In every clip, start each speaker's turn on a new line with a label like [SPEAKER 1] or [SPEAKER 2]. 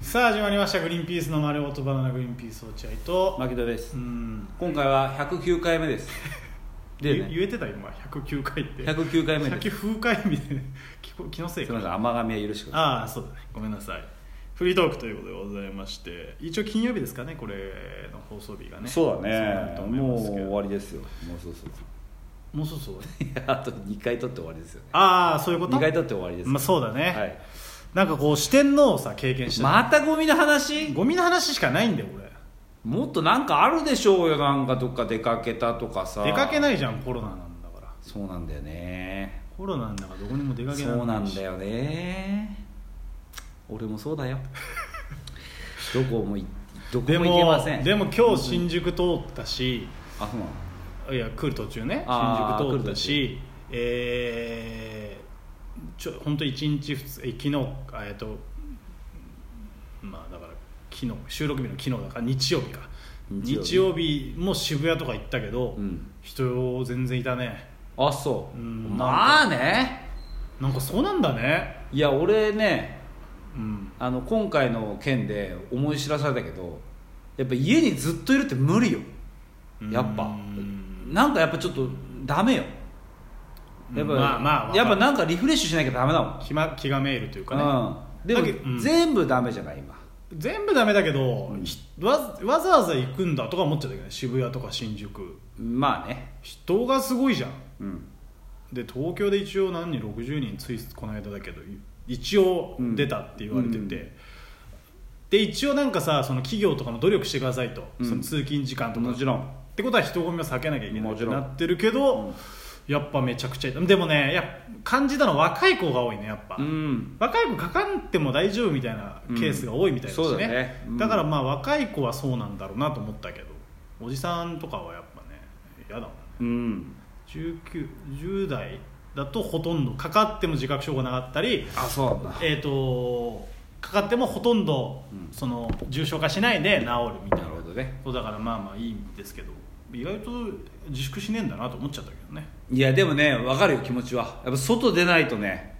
[SPEAKER 1] さあ始まりました「グリーンピースの丸ごとバナナグリーンピース落合」と、
[SPEAKER 2] 牧田です
[SPEAKER 1] うん
[SPEAKER 2] 今回は109回目 ですで
[SPEAKER 1] ゆ
[SPEAKER 2] ね
[SPEAKER 1] 言えてた今109回って
[SPEAKER 2] 109回目
[SPEAKER 1] さっき
[SPEAKER 2] です
[SPEAKER 1] 風回み たいな気こ気のせい
[SPEAKER 2] す
[SPEAKER 1] か
[SPEAKER 2] みません甘噛みは許してくださ
[SPEAKER 1] ああそうだねごめんなさいフリートークということでございまして一応金曜日ですかねこれの放送日が
[SPEAKER 2] い、
[SPEAKER 1] ね
[SPEAKER 2] そうだ
[SPEAKER 1] なる
[SPEAKER 2] ね
[SPEAKER 1] と思い
[SPEAKER 2] も
[SPEAKER 1] ま
[SPEAKER 2] う
[SPEAKER 1] すけ
[SPEAKER 2] 終
[SPEAKER 1] ど
[SPEAKER 2] わりですよもうそうそう
[SPEAKER 1] もうそうそう
[SPEAKER 2] い やあと2回取って終わりですよね
[SPEAKER 1] ああそういうこと
[SPEAKER 2] 2回取って終わりです、
[SPEAKER 1] まあ、そうだね、
[SPEAKER 2] はい、
[SPEAKER 1] なんかこう四天王をさ経験した、
[SPEAKER 2] またゴミの話
[SPEAKER 1] ゴミの話しかないんだよ俺
[SPEAKER 2] もっとなんかあるでしょうよなんかどっか出かけたとかさ
[SPEAKER 1] 出かけないいじゃんコロナなんだから
[SPEAKER 2] そうなんだよね
[SPEAKER 1] コロナなんだからどこにも出かけない
[SPEAKER 2] そうなんだよね俺もそう だよどこもいどこ
[SPEAKER 1] で
[SPEAKER 2] も行けま
[SPEAKER 1] も
[SPEAKER 2] せん
[SPEAKER 1] でも今日新宿通ったし
[SPEAKER 2] あそうなの
[SPEAKER 1] いや来る途中ね
[SPEAKER 2] あー
[SPEAKER 1] 新宿通った
[SPEAKER 2] 来
[SPEAKER 1] しえー、ちょ本当一日普通え昨日あえっとまあだから昨日収録日の昨日だから日曜日か
[SPEAKER 2] 日
[SPEAKER 1] 日
[SPEAKER 2] 曜
[SPEAKER 1] 曜日
[SPEAKER 2] 日
[SPEAKER 1] も渋谷とか行ったけど、
[SPEAKER 2] うん
[SPEAKER 1] 人全然いたね
[SPEAKER 2] あそう
[SPEAKER 1] うん
[SPEAKER 2] まあね
[SPEAKER 1] なんかそうなんだね
[SPEAKER 2] いや俺ね
[SPEAKER 1] うん
[SPEAKER 2] あの今回の件で思い知らされたけどやっぱ家にずっといるって無理よやっ
[SPEAKER 1] う
[SPEAKER 2] ぱ
[SPEAKER 1] ん
[SPEAKER 2] なんかやっぱちょっとダメよやっぱ、
[SPEAKER 1] まあまあわかる
[SPEAKER 2] やっぱなんかリフレッシュしなきゃダメだもん
[SPEAKER 1] 気ま気がめいるというかね、
[SPEAKER 2] うん、でも
[SPEAKER 1] だけどうん
[SPEAKER 2] 全部ダメじゃない今
[SPEAKER 1] 全部ダメだけど、ひわわざわざ行くんだとか思っちゃったけどね渋谷とか新宿
[SPEAKER 2] まあね
[SPEAKER 1] 人がすごいじゃん
[SPEAKER 2] うん
[SPEAKER 1] で東京で一応何人60人ついこの間だけどい一応出たって言われてて、
[SPEAKER 2] うんうん
[SPEAKER 1] で一応なんかさその企業とかも努力してくださいと、
[SPEAKER 2] うん
[SPEAKER 1] その通勤時間とか
[SPEAKER 2] もちろん
[SPEAKER 1] ってことは人混みを避けなきゃいけない
[SPEAKER 2] も
[SPEAKER 1] っ
[SPEAKER 2] ち
[SPEAKER 1] て
[SPEAKER 2] ろん
[SPEAKER 1] なってるけど、
[SPEAKER 2] うん
[SPEAKER 1] やっぱめちゃくちゃいたでもねやっぱ感じたのは若い子が多いねやっぱ、
[SPEAKER 2] うん
[SPEAKER 1] 若い子かかんっても大丈夫みたいなケースが多いみたいだしね,、
[SPEAKER 2] うんそうだねうん
[SPEAKER 1] だからまあ若い子はそうなんだろうなと思ったけどおじさんとかはやっぱね嫌だもんね
[SPEAKER 2] うん
[SPEAKER 1] 1910代だとほとんどかかっても自覚症がなかったり
[SPEAKER 2] あそうなんだ
[SPEAKER 1] えっ、とかかってもほとんど
[SPEAKER 2] うん
[SPEAKER 1] その重症化しないで治るみたい
[SPEAKER 2] な
[SPEAKER 1] な
[SPEAKER 2] るほどね
[SPEAKER 1] そうだからまあまあいいんですけど意外と自粛しねえんだなと思っちゃったけどね
[SPEAKER 2] いやでもね分かるよ気持ちはやっぱ外出ないとね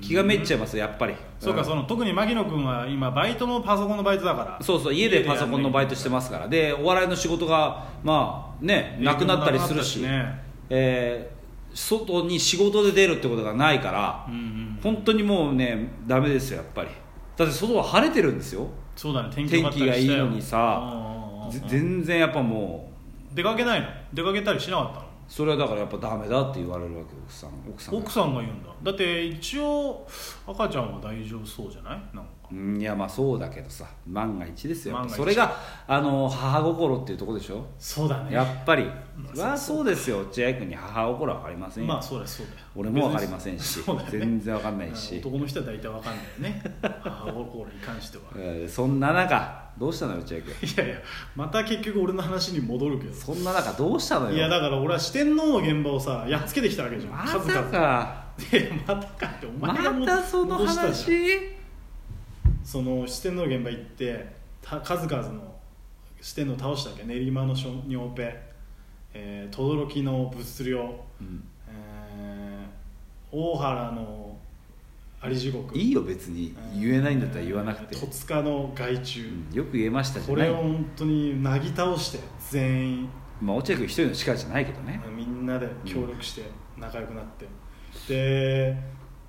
[SPEAKER 2] 気がめっちゃいますやっぱり
[SPEAKER 1] そうか、
[SPEAKER 2] ん
[SPEAKER 1] その特に牧野君は今バイトもパソコンのバイトだから
[SPEAKER 2] そうそう家でパソコンのバイトしてますからでお笑いの仕事がまあねなくなったりするし、
[SPEAKER 1] なくなったしね
[SPEAKER 2] えー外に仕事で出るってことがないから、
[SPEAKER 1] うんうん
[SPEAKER 2] 本当にもうねダメですよやっぱりだって外は晴れてるんですよ
[SPEAKER 1] そうだね天気
[SPEAKER 2] 天
[SPEAKER 1] 良かった
[SPEAKER 2] 気
[SPEAKER 1] り
[SPEAKER 2] がいい
[SPEAKER 1] したよ
[SPEAKER 2] のにさ
[SPEAKER 1] うんうんうんうん
[SPEAKER 2] ぜ全然やっぱもう
[SPEAKER 1] 出かけないの出かけたりしなかったの
[SPEAKER 2] それはだからやっぱダメだって言われるわけよ奥さん奥さんが
[SPEAKER 1] 奥さんが言うんだだって一応赤ちゃんは大丈夫そうじゃないなんか
[SPEAKER 2] うんいやまあそうだけどさ万が一ですよやっ
[SPEAKER 1] 万
[SPEAKER 2] ぱ
[SPEAKER 1] が一
[SPEAKER 2] それがあの母心っていうところでしょ
[SPEAKER 1] そうだ
[SPEAKER 2] やっぱり
[SPEAKER 1] まあ
[SPEAKER 2] そりゃそうですよ落合君に母心は分かりませんよ、
[SPEAKER 1] まあそうだよそうだよ
[SPEAKER 2] 俺も分かりません
[SPEAKER 1] 別
[SPEAKER 2] し、
[SPEAKER 1] にそうだよね
[SPEAKER 2] 全然分かんないし、
[SPEAKER 1] 男の人は大体わかんないよね 母心に関しては
[SPEAKER 2] えーそんな中どうしたのよ落合君
[SPEAKER 1] いやいやまた結局俺の話に戻るけど
[SPEAKER 2] そんな中どうしたのよ
[SPEAKER 1] いやだから俺は四天王の現場をさやっつけてきたわけじゃん
[SPEAKER 2] ま
[SPEAKER 1] 数
[SPEAKER 2] さ
[SPEAKER 1] 々
[SPEAKER 2] か
[SPEAKER 1] いやまたかってお
[SPEAKER 2] ま
[SPEAKER 1] 前がも
[SPEAKER 2] たその
[SPEAKER 1] 戻したじゃん
[SPEAKER 2] 話
[SPEAKER 1] その四天王現場行ってた数々の四天王倒したわけ練馬の尿ペ、えー、轟の物量
[SPEAKER 2] うん
[SPEAKER 1] えー大原のあり地獄
[SPEAKER 2] いいよ別に言えないんだったら言わなくて、
[SPEAKER 1] えー戸塚の害虫、
[SPEAKER 2] うんよく言えましたじゃ
[SPEAKER 1] こ
[SPEAKER 2] ない
[SPEAKER 1] れを本当になぎ倒して全員
[SPEAKER 2] まあ落合君一人の力じゃないけどね
[SPEAKER 1] みんなで協力して仲良くなって、で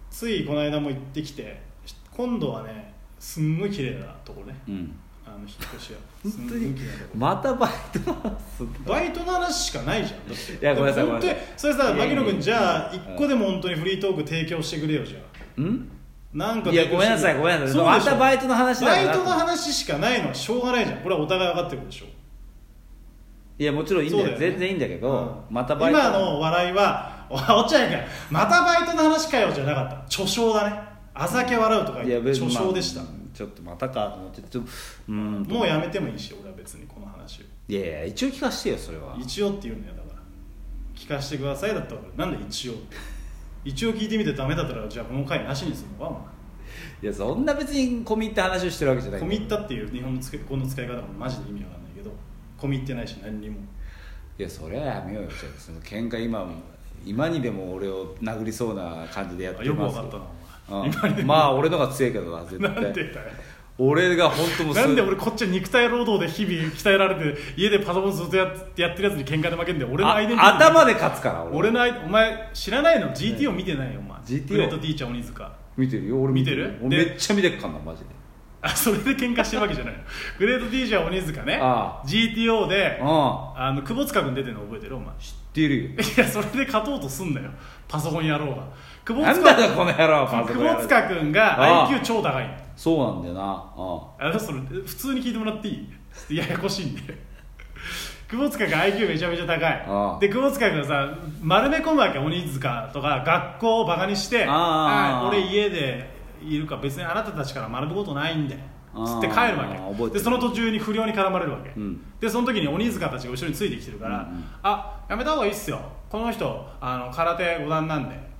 [SPEAKER 1] ついこの間も行ってきて今度はねすんごい綺麗なとこね
[SPEAKER 2] うん
[SPEAKER 1] あの引っ越しは
[SPEAKER 2] 本
[SPEAKER 1] すん
[SPEAKER 2] 当
[SPEAKER 1] ごい
[SPEAKER 2] に
[SPEAKER 1] 綺麗なとこ
[SPEAKER 2] またバイトの話すんだ
[SPEAKER 1] バイトの話しかないじゃんだって
[SPEAKER 2] いやごめんなさい
[SPEAKER 1] 本当に
[SPEAKER 2] ごめんなさい
[SPEAKER 1] それさ
[SPEAKER 2] いやいや
[SPEAKER 1] 牧野君じゃあ
[SPEAKER 2] うん
[SPEAKER 1] 一個でも本当にフリートーク提供してくれよじゃあ
[SPEAKER 2] うん
[SPEAKER 1] なんか
[SPEAKER 2] いやごめんなさいごめんなさいまたバイトの話だ
[SPEAKER 1] バ
[SPEAKER 2] よ
[SPEAKER 1] イ
[SPEAKER 2] な
[SPEAKER 1] トの話しかないのはしょうがないじゃんこれはお互い分かってるでしょ
[SPEAKER 2] いやもちろんいいんだよ
[SPEAKER 1] そうだよね
[SPEAKER 2] 全然いいんだけど、
[SPEAKER 1] うん
[SPEAKER 2] またバイト
[SPEAKER 1] 今の笑いは「お落合君またバイトの話かよ」じゃなかった著書だね「あざけ笑う」とか
[SPEAKER 2] い
[SPEAKER 1] 言
[SPEAKER 2] や
[SPEAKER 1] って
[SPEAKER 2] 別
[SPEAKER 1] 著
[SPEAKER 2] に
[SPEAKER 1] 書でした、
[SPEAKER 2] まあちょっとまたかと思ってちょっとうん
[SPEAKER 1] もうやめてもいいし俺は別にこの話を
[SPEAKER 2] いやいや一応聞かせてよそれは
[SPEAKER 1] 一応って言うんだよだから聞かせてくださいだったらなんで一応って一応聞いてみてダメだったらじゃあこの回なしにするのかお
[SPEAKER 2] いやそんな別に込み入った話をしてるわけじゃな
[SPEAKER 1] 前込
[SPEAKER 2] い
[SPEAKER 1] み入ったっていう日本の使いこの使い方もマジで意味わかんないけど込み入ってないし何にも
[SPEAKER 2] いやそれはやめようよじゃあその喧嘩今今にでも俺を殴りそうな感じでやって
[SPEAKER 1] よく
[SPEAKER 2] ま
[SPEAKER 1] わ
[SPEAKER 2] す
[SPEAKER 1] かったなお前
[SPEAKER 2] うんまあ俺のが強いけどな絶
[SPEAKER 1] なんで
[SPEAKER 2] 対
[SPEAKER 1] だよ
[SPEAKER 2] 俺が本当もうす
[SPEAKER 1] なんで俺こっちは肉体労働で日々鍛えられて家でパソコンずっとやってやってるやつに喧嘩で負けんで俺のアイデンティティ
[SPEAKER 2] あ頭で勝つから俺
[SPEAKER 1] 俺のアイお前知らないの GTO 見てないよお前
[SPEAKER 2] GTO
[SPEAKER 1] グレートティーチャー鬼塚
[SPEAKER 2] 見てるよ俺
[SPEAKER 1] 見てる
[SPEAKER 2] 俺
[SPEAKER 1] で
[SPEAKER 2] めっちゃ見てっかんなマジで
[SPEAKER 1] あそれで喧嘩してるわけじゃ ないのグレートティーチャー鬼塚ね
[SPEAKER 2] あ
[SPEAKER 1] GTO で
[SPEAKER 2] うん
[SPEAKER 1] あの久保塚君出てるの覚えてるお前
[SPEAKER 2] 知ってるよ
[SPEAKER 1] いやそれで勝とうとすんなよパソコン野郎が久
[SPEAKER 2] なんだよこの野郎パソコ
[SPEAKER 1] 久
[SPEAKER 2] ン野郎
[SPEAKER 1] 保塚君
[SPEAKER 2] あ
[SPEAKER 1] が
[SPEAKER 2] あ
[SPEAKER 1] IQ 超高いの
[SPEAKER 2] そうなんだよなあ
[SPEAKER 1] あのそれ普通に聞いてもらっていいちょっとややこしいんで 久保塚が IQ めちゃめちゃ高い
[SPEAKER 2] ああ
[SPEAKER 1] で久保塚がさ丸め込むわけ鬼塚とか学校をバカにして
[SPEAKER 2] ああ
[SPEAKER 1] ああ俺家でいるから別にあなたたちから学ぶことないんで
[SPEAKER 2] ああ
[SPEAKER 1] つって帰る
[SPEAKER 2] ああ
[SPEAKER 1] わ
[SPEAKER 2] 覚えて
[SPEAKER 1] け
[SPEAKER 2] る
[SPEAKER 1] でその途中に不良に絡まれるわけ、
[SPEAKER 2] うん
[SPEAKER 1] でその時に鬼塚たちが後ろについてきてるから「
[SPEAKER 2] うんうん
[SPEAKER 1] あやめた方がいいっすよこの人あの空手五段なんで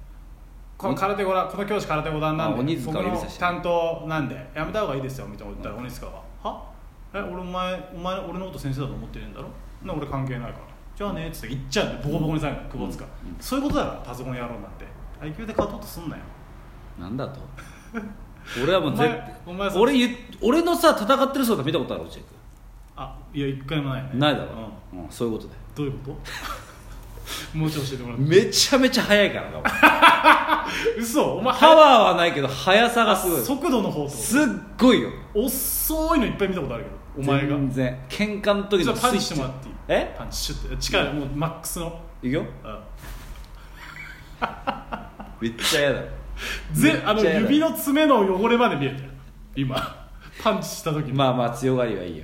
[SPEAKER 1] この空手五段この教師空手五段なんで
[SPEAKER 2] あ鬼塚
[SPEAKER 1] 僕
[SPEAKER 2] は指
[SPEAKER 1] の
[SPEAKER 2] 差してる
[SPEAKER 1] 担当なんでやめた方がいいですよみたいなこと言ったら鬼塚が「はえ俺お前お前俺のこと先生だと思ってるんだろな俺関係ないからじゃあね」っつって言っちゃうんでボコボコにされるの久保塚、
[SPEAKER 2] うんうん
[SPEAKER 1] そういうことだろパソコン野郎なんて IQ で勝とうとすんなよ
[SPEAKER 2] あな んだと俺はもう絶対
[SPEAKER 1] お前お前
[SPEAKER 2] 俺ゆ俺のさ戦ってる姿見たことある落合
[SPEAKER 1] あいや一回もないね
[SPEAKER 2] 君ないだろ
[SPEAKER 1] うん、
[SPEAKER 2] うんそういうことだよ
[SPEAKER 1] どういうこと もうちょい教えてもらって
[SPEAKER 2] めちゃめちゃ速いからな俺
[SPEAKER 1] 嘘お前
[SPEAKER 2] パワーはないけど速さが すごい
[SPEAKER 1] 速度の方と
[SPEAKER 2] すっごいよ
[SPEAKER 1] 遅いのいっぱい見たことあるけどお前が
[SPEAKER 2] 全然喧嘩の時
[SPEAKER 1] じゃあ
[SPEAKER 2] の
[SPEAKER 1] パンチして
[SPEAKER 2] イ
[SPEAKER 1] もら
[SPEAKER 2] ッ
[SPEAKER 1] っていい
[SPEAKER 2] え
[SPEAKER 1] パンチシュッて力もうマックスの、
[SPEAKER 2] いくよ
[SPEAKER 1] うん
[SPEAKER 2] めっち ゃ嫌だろめっ
[SPEAKER 1] ぜ
[SPEAKER 2] ちゃ
[SPEAKER 1] あの
[SPEAKER 2] 嫌だ
[SPEAKER 1] 指の爪の汚れまで見えてる今 パンチした時に、
[SPEAKER 2] まあまあ強がりはいいよ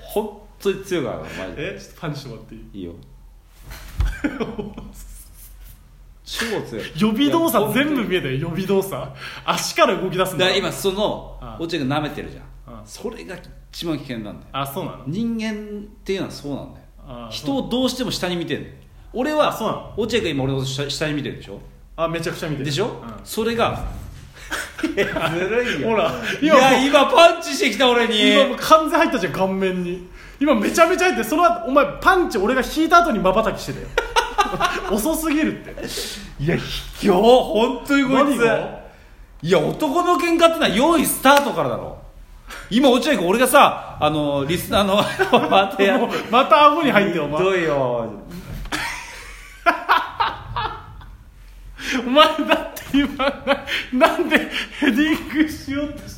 [SPEAKER 2] 本当に強がりはマジで
[SPEAKER 1] えちょっとパンチしてもらっていい
[SPEAKER 2] いいよ超強い
[SPEAKER 1] 予備動
[SPEAKER 2] い
[SPEAKER 1] 作
[SPEAKER 2] や本当に
[SPEAKER 1] 全部見えてる予備動作足から動き出すんだ
[SPEAKER 2] だから今その
[SPEAKER 1] ああ
[SPEAKER 2] 落合君舐めてるじゃん
[SPEAKER 1] ああ
[SPEAKER 2] それが一番危険なんだよ
[SPEAKER 1] あそうなの
[SPEAKER 2] 人間っていうのはそうなんだ
[SPEAKER 1] あ
[SPEAKER 2] よ
[SPEAKER 1] あ
[SPEAKER 2] 人をどうしても下に見てる俺
[SPEAKER 1] あ
[SPEAKER 2] は
[SPEAKER 1] そうなの
[SPEAKER 2] 落合君今俺のこと下下に見てるでしょ
[SPEAKER 1] あめちゃくちゃ見てる
[SPEAKER 2] でしょ、
[SPEAKER 1] う
[SPEAKER 2] それがいやずるい
[SPEAKER 1] ん、ほら
[SPEAKER 2] い
[SPEAKER 1] 今も
[SPEAKER 2] や今パンチしてきた俺に
[SPEAKER 1] 今もう完全入ったじゃん顔面に今めちゃめちゃ入ってその後お前パンチ俺が引いた後にまばたきしてたよ 遅すぎるって
[SPEAKER 2] いや卑怯本当にこい
[SPEAKER 1] 何が
[SPEAKER 2] ついや男の喧嘩ってのは用意スタートからだろ今落合君俺がさあのリスナーの待てや
[SPEAKER 1] もうまた顎に入ってよお
[SPEAKER 2] ひ
[SPEAKER 1] 前
[SPEAKER 2] どいよ
[SPEAKER 1] お前だって今ななんでヘディングしようとし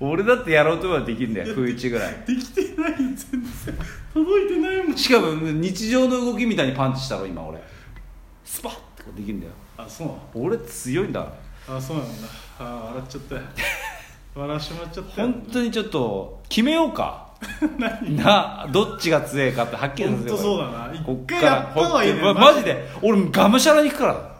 [SPEAKER 2] 俺だってやろうと思えばできるんだよ不意打ちぐらい
[SPEAKER 1] てできてない全然届いてないもん
[SPEAKER 2] しかも日常の動きみたいにパンチしたろ今俺スパッてこうできるんだよ
[SPEAKER 1] あそうな
[SPEAKER 2] 俺強いんだ
[SPEAKER 1] のあそうなんだあ笑っちゃっ たよ笑わしてもらっちゃったよ
[SPEAKER 2] 本当にちょっと決めようか
[SPEAKER 1] 何
[SPEAKER 2] などっちが強いかってはっきりさせ
[SPEAKER 1] 本
[SPEAKER 2] て
[SPEAKER 1] 当そうだな
[SPEAKER 2] こ
[SPEAKER 1] 一
[SPEAKER 2] っか
[SPEAKER 1] 回
[SPEAKER 2] ら
[SPEAKER 1] やった方がいいね
[SPEAKER 2] ほんとマジで俺がむしゃらに行くから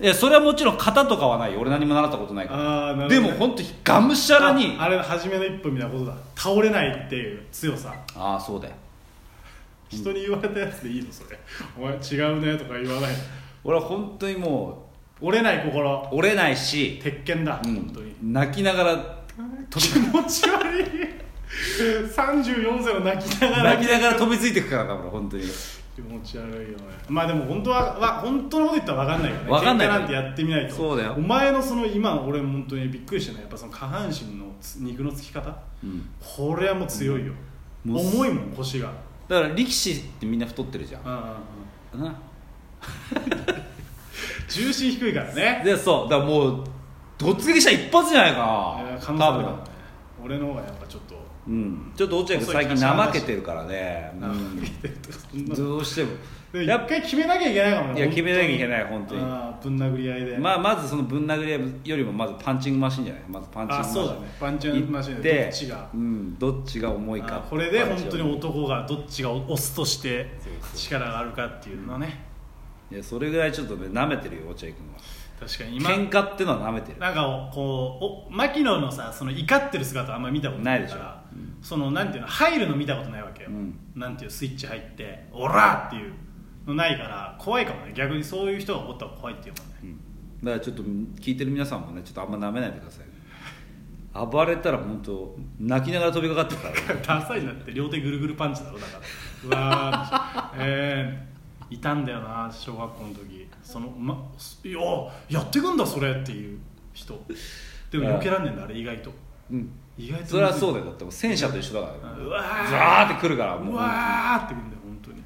[SPEAKER 2] いやそれはもちろん型とかはないよ俺何も習ったことないか
[SPEAKER 1] あーな
[SPEAKER 2] ら
[SPEAKER 1] る
[SPEAKER 2] で
[SPEAKER 1] ほど
[SPEAKER 2] も本当にがむしゃらに
[SPEAKER 1] ああれ初めの一歩みたいなことだ倒れないっていう強さ
[SPEAKER 2] ああそうだよ
[SPEAKER 1] 人に言われたやつでいいのそれお前違うねとか言わない
[SPEAKER 2] 俺は本当にも
[SPEAKER 1] 折れない心
[SPEAKER 2] う折れないし、
[SPEAKER 1] 鉄拳だ、
[SPEAKER 2] うん
[SPEAKER 1] 本当に
[SPEAKER 2] 泣きながら
[SPEAKER 1] 気持ち悪い34歳を泣きながら
[SPEAKER 2] 泣きながら飛びついていくからだから本当に
[SPEAKER 1] 気持ち悪いよねまあでも本当はわ本当のこと言ったら分かんないよね
[SPEAKER 2] 分かんない
[SPEAKER 1] 喧嘩なんてやってみないと
[SPEAKER 2] そうだよ
[SPEAKER 1] お前のその今俺本当にびっくりしたねやっぱその下半身のつ肉のつき方
[SPEAKER 2] うん
[SPEAKER 1] これはもう強いよ、
[SPEAKER 2] うんもう
[SPEAKER 1] 重いもん腰がう
[SPEAKER 2] だから力士ってみんな太ってるじゃん
[SPEAKER 1] んうんうん
[SPEAKER 2] な
[SPEAKER 1] 重心低いからね
[SPEAKER 2] でそうだからもう突撃した一発じゃない
[SPEAKER 1] いや
[SPEAKER 2] か
[SPEAKER 1] 可能
[SPEAKER 2] な
[SPEAKER 1] 性ある
[SPEAKER 2] 多分
[SPEAKER 1] よね俺の方がやっぱちょっと
[SPEAKER 2] うんちょっと落合君最近怠けてるからね、う
[SPEAKER 1] なん
[SPEAKER 2] ん
[SPEAKER 1] か見てるとかそんな
[SPEAKER 2] どうしても
[SPEAKER 1] で
[SPEAKER 2] や
[SPEAKER 1] 一
[SPEAKER 2] っ
[SPEAKER 1] 回決めなきゃいけないかも
[SPEAKER 2] ぱ
[SPEAKER 1] ね
[SPEAKER 2] いや決めなきゃいけ
[SPEAKER 1] い
[SPEAKER 2] ない本当に
[SPEAKER 1] ぶん殴り合いで
[SPEAKER 2] まあまずそのぶん殴り合いよりもまずパンチングマシンじゃないまずパンチングマシン
[SPEAKER 1] あそうだねパンチングマシン
[SPEAKER 2] 行っ
[SPEAKER 1] で
[SPEAKER 2] て
[SPEAKER 1] どっちが
[SPEAKER 2] うん、どっちが重いか
[SPEAKER 1] あこれで
[SPEAKER 2] パンチ
[SPEAKER 1] 本
[SPEAKER 2] を
[SPEAKER 1] 当に男がどっちがオスとして
[SPEAKER 2] そうそう
[SPEAKER 1] 力があるかっていうのはね
[SPEAKER 2] いやそれぐらいちょっとね舐めてるよ落合君は
[SPEAKER 1] 確かに今
[SPEAKER 2] 喧嘩ってのは舐めてる
[SPEAKER 1] なんかこうお牧野のさその怒ってる姿あんまり見たことないからそのなんていうの入るの見たことないわけよ、
[SPEAKER 2] うん
[SPEAKER 1] なんていうスイッチ入って「オラ!」っていうのないから怖いかもね逆にそういう人が怒ったら怖いっていうかね
[SPEAKER 2] うんだからちょっと聞いてる皆さんもねちょっとあんま舐めないでくださいね暴れたら本当泣きながら飛びかかってくからね
[SPEAKER 1] ダサいなって両手ぐるぐるパンチだろだからうわー えー、いたんだよな小学校の時その、ま、いややってくんだそれっていう人でも避けらんねんだあれ意外と
[SPEAKER 2] うん
[SPEAKER 1] 意外と
[SPEAKER 2] それはそうだよだってもう戦車と一緒だから、
[SPEAKER 1] うわー
[SPEAKER 2] ザーって来るからも
[SPEAKER 1] う
[SPEAKER 2] う
[SPEAKER 1] わーってくるんだよ本当に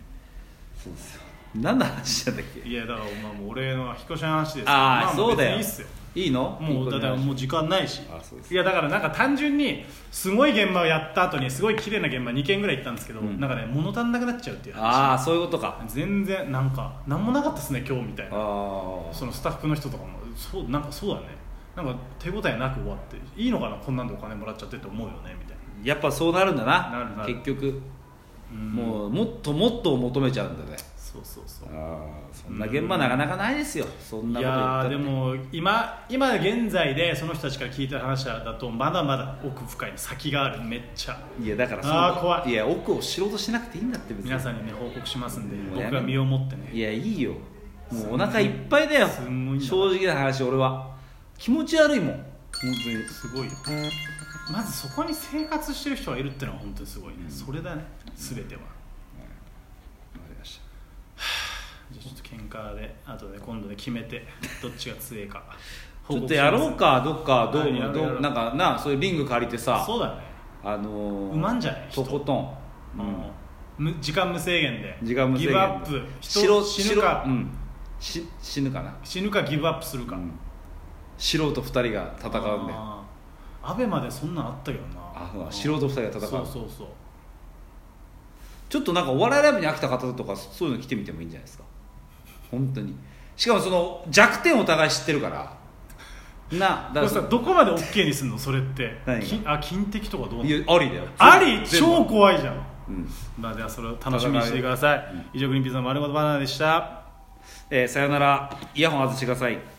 [SPEAKER 2] そうですよ何の話なんだっけ
[SPEAKER 1] いやだからまあもう俺の引っ越しの話です
[SPEAKER 2] あ
[SPEAKER 1] ま
[SPEAKER 2] あ
[SPEAKER 1] も
[SPEAKER 2] そうだ
[SPEAKER 1] 別に
[SPEAKER 2] よ
[SPEAKER 1] いいっすよ
[SPEAKER 2] いいの
[SPEAKER 1] もうだからもう時間ないし
[SPEAKER 2] あそうです
[SPEAKER 1] いやだからなんか単純にすごい現場をやった後にすごい綺麗な現場2件ぐらい行ったんですけど、
[SPEAKER 2] うん
[SPEAKER 1] なんかね物足んなくなっちゃうっていう話
[SPEAKER 2] ああそういうことか
[SPEAKER 1] 全然なんか何もなかったですね今日みたいな
[SPEAKER 2] ああ
[SPEAKER 1] そのスタッフの人とかもそうなんかそうだねなんか手応えなく終わっていいのかなこんなんでお金もらっちゃってって思うよねみたいな
[SPEAKER 2] やっぱそうなるんだな
[SPEAKER 1] なるなる
[SPEAKER 2] 結局、
[SPEAKER 1] うん
[SPEAKER 2] もうもっともっとを求めちゃうんだね
[SPEAKER 1] そうそうそう
[SPEAKER 2] ああそんな現場なかなかないですよそんないこと言った
[SPEAKER 1] やー
[SPEAKER 2] って
[SPEAKER 1] でも今今現在でその人たちから聞いた話だとまだまだ奥深い先があるめっちゃ
[SPEAKER 2] いやだからそう
[SPEAKER 1] あー怖い
[SPEAKER 2] いや奥を知ろうとしなくていいんだって別に
[SPEAKER 1] 皆さんにね報告しますんで
[SPEAKER 2] もうやめ
[SPEAKER 1] 僕が身をもってね
[SPEAKER 2] いやいいよもうお腹いっぱいだよ
[SPEAKER 1] すんごいな
[SPEAKER 2] 正直な話俺は気持ち悪いもん本当に
[SPEAKER 1] すごいよまずそこに生活してる人がいるってのは本当にすごいね、それだね全ては
[SPEAKER 2] わかりまし
[SPEAKER 1] じゃあちょっと喧嘩であとで今度で決めて どっちが強いか
[SPEAKER 2] たちょっとやろうかどっかどう
[SPEAKER 1] はいやろうやろ
[SPEAKER 2] どう
[SPEAKER 1] う
[SPEAKER 2] なんかなそういうリング借りてさ
[SPEAKER 1] そうだね
[SPEAKER 2] あのー、
[SPEAKER 1] うまんじゃない
[SPEAKER 2] と
[SPEAKER 1] 人
[SPEAKER 2] ことん、
[SPEAKER 1] もうむ時間無制限で
[SPEAKER 2] 時間無制限
[SPEAKER 1] ギブアップ
[SPEAKER 2] 白
[SPEAKER 1] 人死ぬか、
[SPEAKER 2] 白うん、し死ぬかな、
[SPEAKER 1] 死ぬかギブアップするか、
[SPEAKER 2] うん素人2人が戦うんだよ
[SPEAKER 1] あーアベまでそんなんあったけどな
[SPEAKER 2] あそうだ素人二人が戦
[SPEAKER 1] そ
[SPEAKER 2] う
[SPEAKER 1] うそうそう
[SPEAKER 2] ちょっとなんかお笑いライブに飽きた方とかそういうの来てみてもいいんじゃないですか本当にしかもその弱点をお互い知ってるからな
[SPEAKER 1] こ
[SPEAKER 2] だ
[SPEAKER 1] れ
[SPEAKER 2] か
[SPEAKER 1] さどこまで OK にするのそれって
[SPEAKER 2] 何が
[SPEAKER 1] きあ金的とかどうない
[SPEAKER 2] ら
[SPEAKER 1] の
[SPEAKER 2] やありだよ
[SPEAKER 1] あり
[SPEAKER 2] 全部
[SPEAKER 1] 超怖いじゃん
[SPEAKER 2] うん
[SPEAKER 1] まあではそれを楽しみにしてください、以上グリーンピースの丸ごとバナナでした
[SPEAKER 2] えーさよならイヤホン外してください